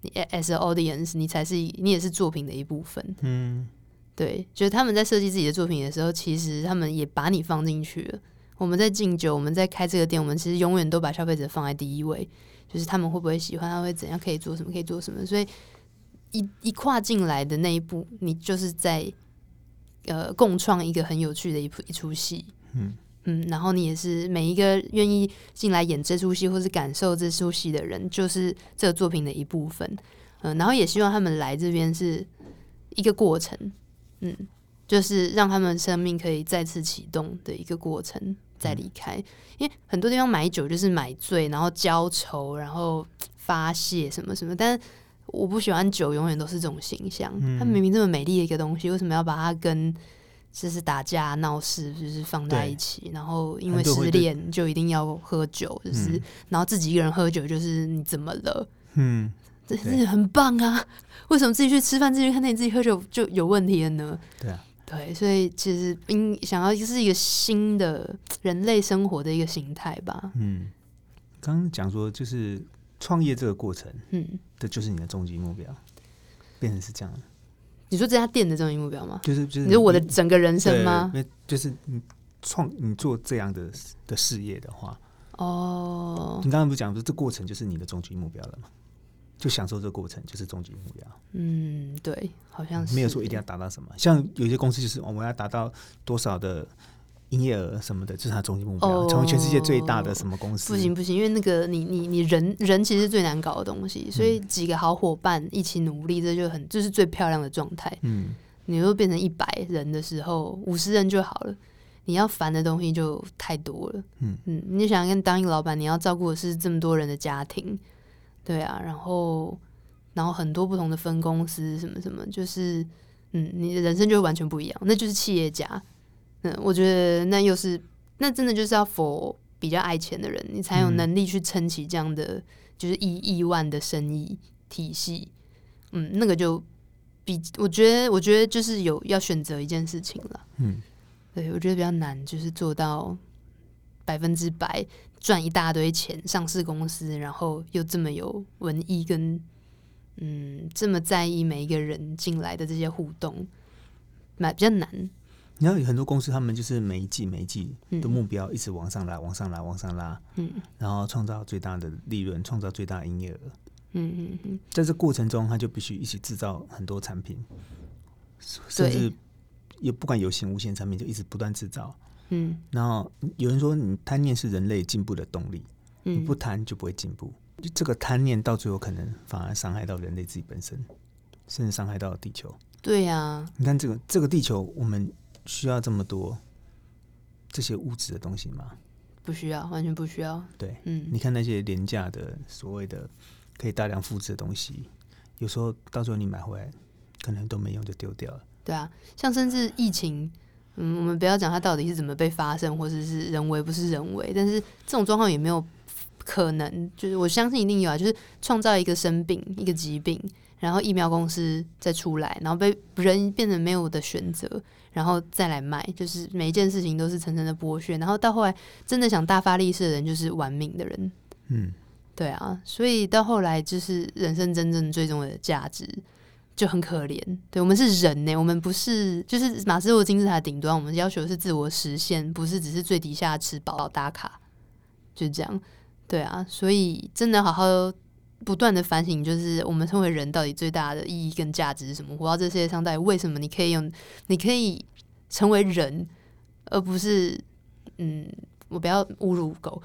Speaker 1: 你 as a audience，你才是你也是作品的一部分。
Speaker 2: 嗯，
Speaker 1: 对，就是他们在设计自己的作品的时候，其实他们也把你放进去了。我们在敬酒，我们在开这个店，我们其实永远都把消费者放在第一位，就是他们会不会喜欢，他会怎样，可以做什么，可以做什么。所以一一跨进来的那一步，你就是在呃共创一个很有趣的一部一出戏。
Speaker 2: 嗯
Speaker 1: 嗯，然后你也是每一个愿意进来演这出戏或是感受这出戏的人，就是这个作品的一部分。嗯、然后也希望他们来这边是一个过程，嗯，就是让他们生命可以再次启动的一个过程，再离开。因为很多地方买酒就是买醉，然后浇愁，然后发泄什么什么，但我不喜欢酒永远都是这种形象。它明明这么美丽的一个东西，为什么要把它跟就是打架闹事就是放在
Speaker 2: 对
Speaker 1: 一起？然后因为
Speaker 2: 很多人
Speaker 1: 失
Speaker 2: 会对
Speaker 1: 恋就一定要喝酒，就是、
Speaker 2: 嗯
Speaker 1: 然后自己一个人喝酒就是你怎么了？
Speaker 2: 嗯，
Speaker 1: 这
Speaker 2: 对
Speaker 1: 这很棒啊！为什么自己去吃饭、自己去看电影、自己喝酒就有问题了呢？
Speaker 2: 对啊，
Speaker 1: 对，所以其实应想要是一个新的人类生活的一个形态吧。
Speaker 2: 嗯，刚刚讲说就是创业这个过程，
Speaker 1: 嗯，
Speaker 2: 这就是你的终极目标，变成是这样，
Speaker 1: 你说这家店的终极目标吗？
Speaker 2: 就是就是
Speaker 1: 你说我的
Speaker 2: 一
Speaker 1: 整个人生
Speaker 2: 嗯对
Speaker 1: 吗？
Speaker 2: 因为就是你创你做这样的的事业的话，
Speaker 1: 哦，
Speaker 2: 你刚刚不是讲说这过程就是你的终极目标了吗？就享受这个过程就是终极目标。
Speaker 1: 嗯，对，好像是
Speaker 2: 没有说一定要达到什么。像有些公司就是、哦我要达到多少的营业额什么的，这、是它终极目标，
Speaker 1: 哦
Speaker 2: 成为全世界最大的什么公司。
Speaker 1: 不行不行，因为那个你你你人人其实是最难搞的东西，所以几个好伙伴一起努力，这就很这是最漂亮的状态。
Speaker 2: 嗯，
Speaker 1: 你若变成一百人的时候，五十人就好了。你要烦的东西就太多了。
Speaker 2: 嗯
Speaker 1: 你想跟当一个老板，你要照顾的是这么多人的家庭，对啊，然后然后很多不同的分公司什么什么，就是嗯，你的人生就会完全不一样，那就是企业家。嗯，我觉得那又是那真的就是要否比较爱钱的人，你才有
Speaker 2: 嗯
Speaker 1: 能力去撑起这样的就是亿亿万的生意体系。嗯，那个就比我觉得，我觉得就是有要选择一件事情了。
Speaker 2: 嗯，
Speaker 1: 对我觉得比较难，就是做到百分之百赚一大堆钱，上市公司，然后又这么有文艺跟嗯这么在意每一个人进来的这些互动，蛮比较难。
Speaker 2: 你看有很多公司，他们就是每一季每一季的
Speaker 1: 嗯
Speaker 2: 目标一直往上拉，往上拉，往上拉，
Speaker 1: 嗯
Speaker 2: 然后创造最大的利润，创造最大的营业额。
Speaker 1: 嗯嗯嗯，
Speaker 2: 在这过程中，他就必须一起制造很多产品，甚至也不管有形无形的产品，就一直不断制造。
Speaker 1: 嗯
Speaker 2: 然后有人说，你贪念是人类进步的动力。你
Speaker 1: 嗯
Speaker 2: 不贪就不会进步。就这个贪念到最后可能反而伤害到人类自己本身，甚至伤害到地球。
Speaker 1: 对啊呀、
Speaker 2: 你看这个这个地球，我们需要这么多这些物质的东西吗？
Speaker 1: 不需要，完全不需要。
Speaker 2: 对，
Speaker 1: 嗯
Speaker 2: 你看那些廉价的所谓的可以大量复制的东西，有时候到时候你买回来可能都没用就丢掉了。
Speaker 1: 对啊，像甚至疫情，嗯，我们不要讲它到底是怎么被发生，或者是人为不是人为，但是这种状况也没有可能，就是我相信一定有啊，就是创造一个生病一个疾病，然后疫苗公司再出来，然后被人变成没有的选择，然后再来卖，就是每一件事情都是层层的剥削，然后到后来真的想大发利市的人就是玩命的人，
Speaker 2: 嗯，
Speaker 1: 对啊，所以到后来就是人生真正最终的价值就很可怜。对我们是人呢、我们不是就是马斯洛金字塔顶端，我们要求的是自我实现，不是只是最底下吃饱打卡，就这样。对啊，所以真的好好不断的反省，就是我们身为人到底最大的意义跟价值是什么？活到这世界上，到底为什么你可以用，你可以成为人，而不是嗯，我不要侮辱狗，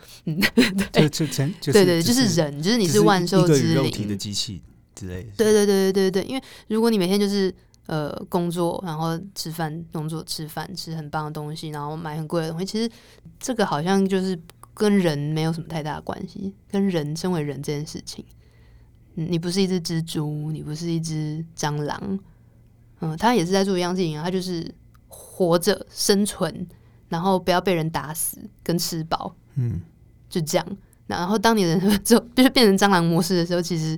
Speaker 2: 就就成就是
Speaker 1: 哎对对，就
Speaker 2: 只
Speaker 1: 是人，就是你
Speaker 2: 只
Speaker 1: 是万
Speaker 2: 一
Speaker 1: 兽
Speaker 2: 个
Speaker 1: 之
Speaker 2: 肉体的
Speaker 1: 灵。
Speaker 2: 机器之类的。
Speaker 1: 对对对对对对，因为如果你每天就是呃工作，然后吃饭，工作吃饭，吃很棒的东西，然后买很贵的东西，其实这个好像就是跟人没有什么太大的关系，跟人身为人这件事情，嗯你不是一只蜘蛛，你不是一只蟑螂，嗯，他也是在做一样事情啊，他就是活着生存，然后不要被人打死，跟吃饱，
Speaker 2: 嗯，
Speaker 1: 就这样。那然后当你人生就就是变成蟑螂模式的时候，其实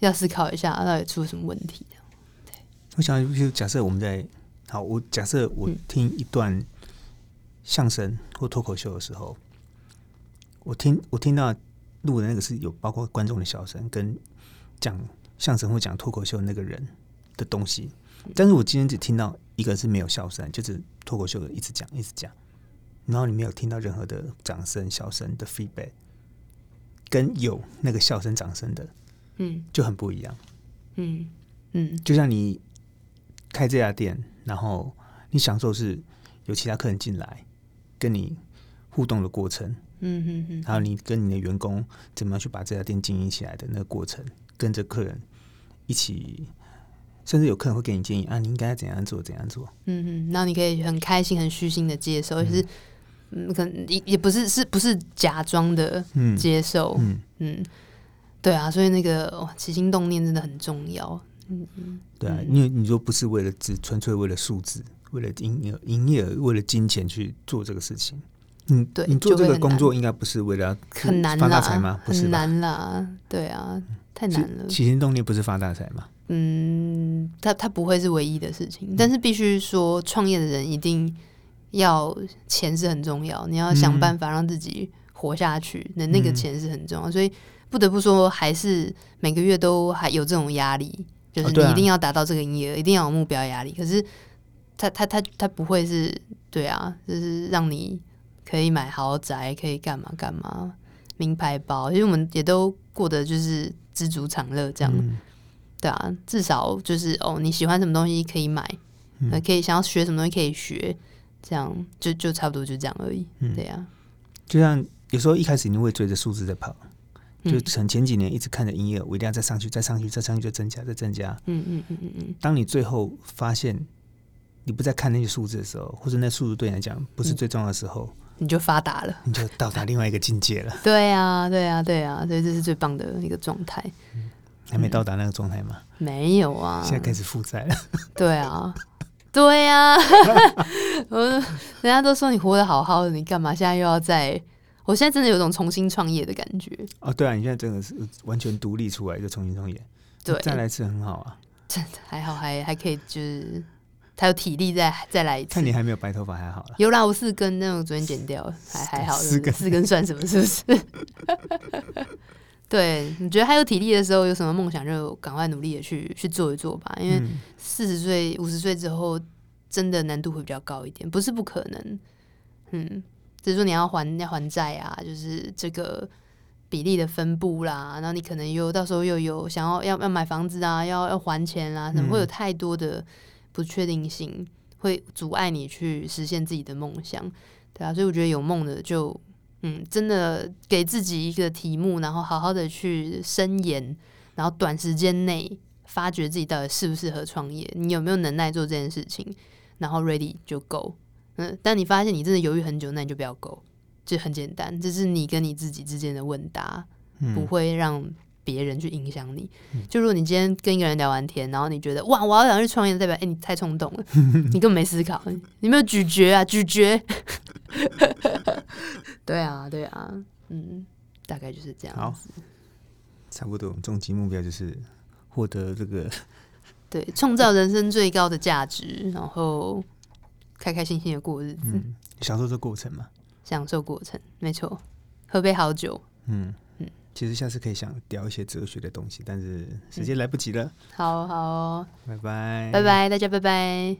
Speaker 1: 要思考一下啊到底出了什么问题。啊
Speaker 2: 我想，就假设我们在好，我假设我
Speaker 1: 嗯
Speaker 2: 听一段相声或脱口秀的时候，我听我听到录的那个是有包括观众的笑声跟讲相声或讲脱口秀的那个人的东西，但是我今天只听到一个是没有笑声，就是脱口秀的一直讲一直讲，然后你没有听到任何的掌声、笑声的 feedback，跟有那个笑声、掌声的
Speaker 1: 嗯
Speaker 2: 就很不一样。
Speaker 1: 嗯嗯
Speaker 2: 就像你开这家店，然后你享受是有其他客人进来跟你互动的过程，
Speaker 1: 嗯嗯嗯，
Speaker 2: 还有你跟你的员工怎么样去把这家店经营起来的那个过程，跟着客人一起，甚至有客人会给你建议啊，你应该怎样做，怎样做。
Speaker 1: 嗯嗯，然后你可以很开心、很虚心的接受，而是嗯，可能也也不是是不是假装的
Speaker 2: 嗯
Speaker 1: 接受，
Speaker 2: 嗯，
Speaker 1: 嗯，对啊，所以那个哇，起心动念真的很重要。
Speaker 2: 对啊，
Speaker 1: 嗯
Speaker 2: 因为你说不是为了只纯粹为了数字，为了营业营业额，为了金钱去做这个事情。嗯，
Speaker 1: 对
Speaker 2: 你做
Speaker 1: 就会
Speaker 2: 这个
Speaker 1: 很
Speaker 2: 工
Speaker 1: 难
Speaker 2: 作应该不是为了要
Speaker 1: 很难啊
Speaker 2: 发
Speaker 1: 啦
Speaker 2: 大财吗？，不是
Speaker 1: 很
Speaker 2: 吧？
Speaker 1: 难啦，对啊，太
Speaker 2: 是
Speaker 1: 难了。
Speaker 2: 起心动念不是发大财吗？
Speaker 1: 嗯，它它不会是唯一的事情，但是必须说，创业的人一定要钱是很重要，你要想
Speaker 2: 嗯
Speaker 1: 办法让自己活下去，那那个
Speaker 2: 嗯
Speaker 1: 钱是很重要，所以不得不说，还是每个月都还有这种压力，就
Speaker 2: 哦
Speaker 1: 是
Speaker 2: 对啊
Speaker 1: 你一定要达到这个营业额，一定要有目标压力。可是他他他他不会是，对啊，就是让你可以买豪宅，可以干嘛干嘛，名牌包，因为我们也都过得就是知足常乐这样，
Speaker 2: 嗯
Speaker 1: 对啊，至少就是哦，你喜欢什么东西可以买，
Speaker 2: 嗯
Speaker 1: 呃，可以想要学什么东西可以学，这样就就差不多就这样而已，
Speaker 2: 嗯
Speaker 1: 对啊，
Speaker 2: 就像有时候一开始你会追着数字在跑，就
Speaker 1: 嗯
Speaker 2: 前前几年一直看着营业额，我一定要再上去，再上去，再上去，再增加，再增加。
Speaker 1: 嗯嗯嗯嗯嗯，
Speaker 2: 当你最后发现你不再看那些数字的时候，或者那数字对你来讲不是最重要的时候，
Speaker 1: 你就发达了。
Speaker 2: 你就到达另外一个境界了。
Speaker 1: 对啊，对啊，对啊，所以这是最棒的一个状态。嗯
Speaker 2: 还没到达那个状态吗？
Speaker 1: 没有啊，
Speaker 2: 现在开始负债了。
Speaker 1: 对啊，对啊， 我人家都说你活得好好的，你干嘛现在又要在？我现在真的有种重新创业的感觉。
Speaker 2: 哦，对啊，你现在真的是完全独立出来，就重新创业，
Speaker 1: 对，
Speaker 2: 再来一次很好啊。
Speaker 1: 真的还好还还可以，就是还有体力再再来一次
Speaker 2: 看。你还没有白头发还好啦。
Speaker 1: 有啦，我四根，但我昨天剪掉了，还还好，
Speaker 2: 四
Speaker 1: 是
Speaker 2: 根
Speaker 1: 不是四根算什么？是不是？ 对，你觉得还有体力的时候，有什么梦想就赶快努力的去去做一做吧，因为
Speaker 2: 嗯，
Speaker 1: 四十岁、五十岁之后，真的难度会比较高一点，不是不可能。嗯，只是说你要还要还债啊，就是这个比例的分布啦，然后你可能又到时候又有想要要要买房子啊，要要还钱啊，什么、
Speaker 2: 嗯
Speaker 1: 会有太多的不确定性，会阻碍你去实现自己的梦想，对啊，所以我觉得有梦的就。嗯，真的给自己一个题目，然后好好的去深研，然后短时间内发掘自己到底适不适合创业，你有没有能耐做这件事情，然后 ready 就 go。嗯，但你发现你真的犹豫很久，那你就不要 go，就很简单，这是你跟你自己之间的问答，
Speaker 2: 嗯
Speaker 1: 不会让别人去影响你。就如果你今天跟一个人聊完天，然后你觉得哇，我要想去创业，代表哎、你太冲动 了，你根本没思考，你没有咀嚼啊，咀嚼。 对啊，对啊，嗯，大概就是这样。
Speaker 2: 好，差不多。我们终极目标就是获得这个
Speaker 1: 对，创造人生最高的价值，然后开开心心的过日子，
Speaker 2: 嗯，享受这过程嘛。
Speaker 1: 享受过程，没错。喝杯好酒，
Speaker 2: 嗯其实下次可以想聊一些哲学的东西，但是时间来不及了。
Speaker 1: 好好哦，
Speaker 2: 嗯拜拜，
Speaker 1: 拜。拜，大家拜拜。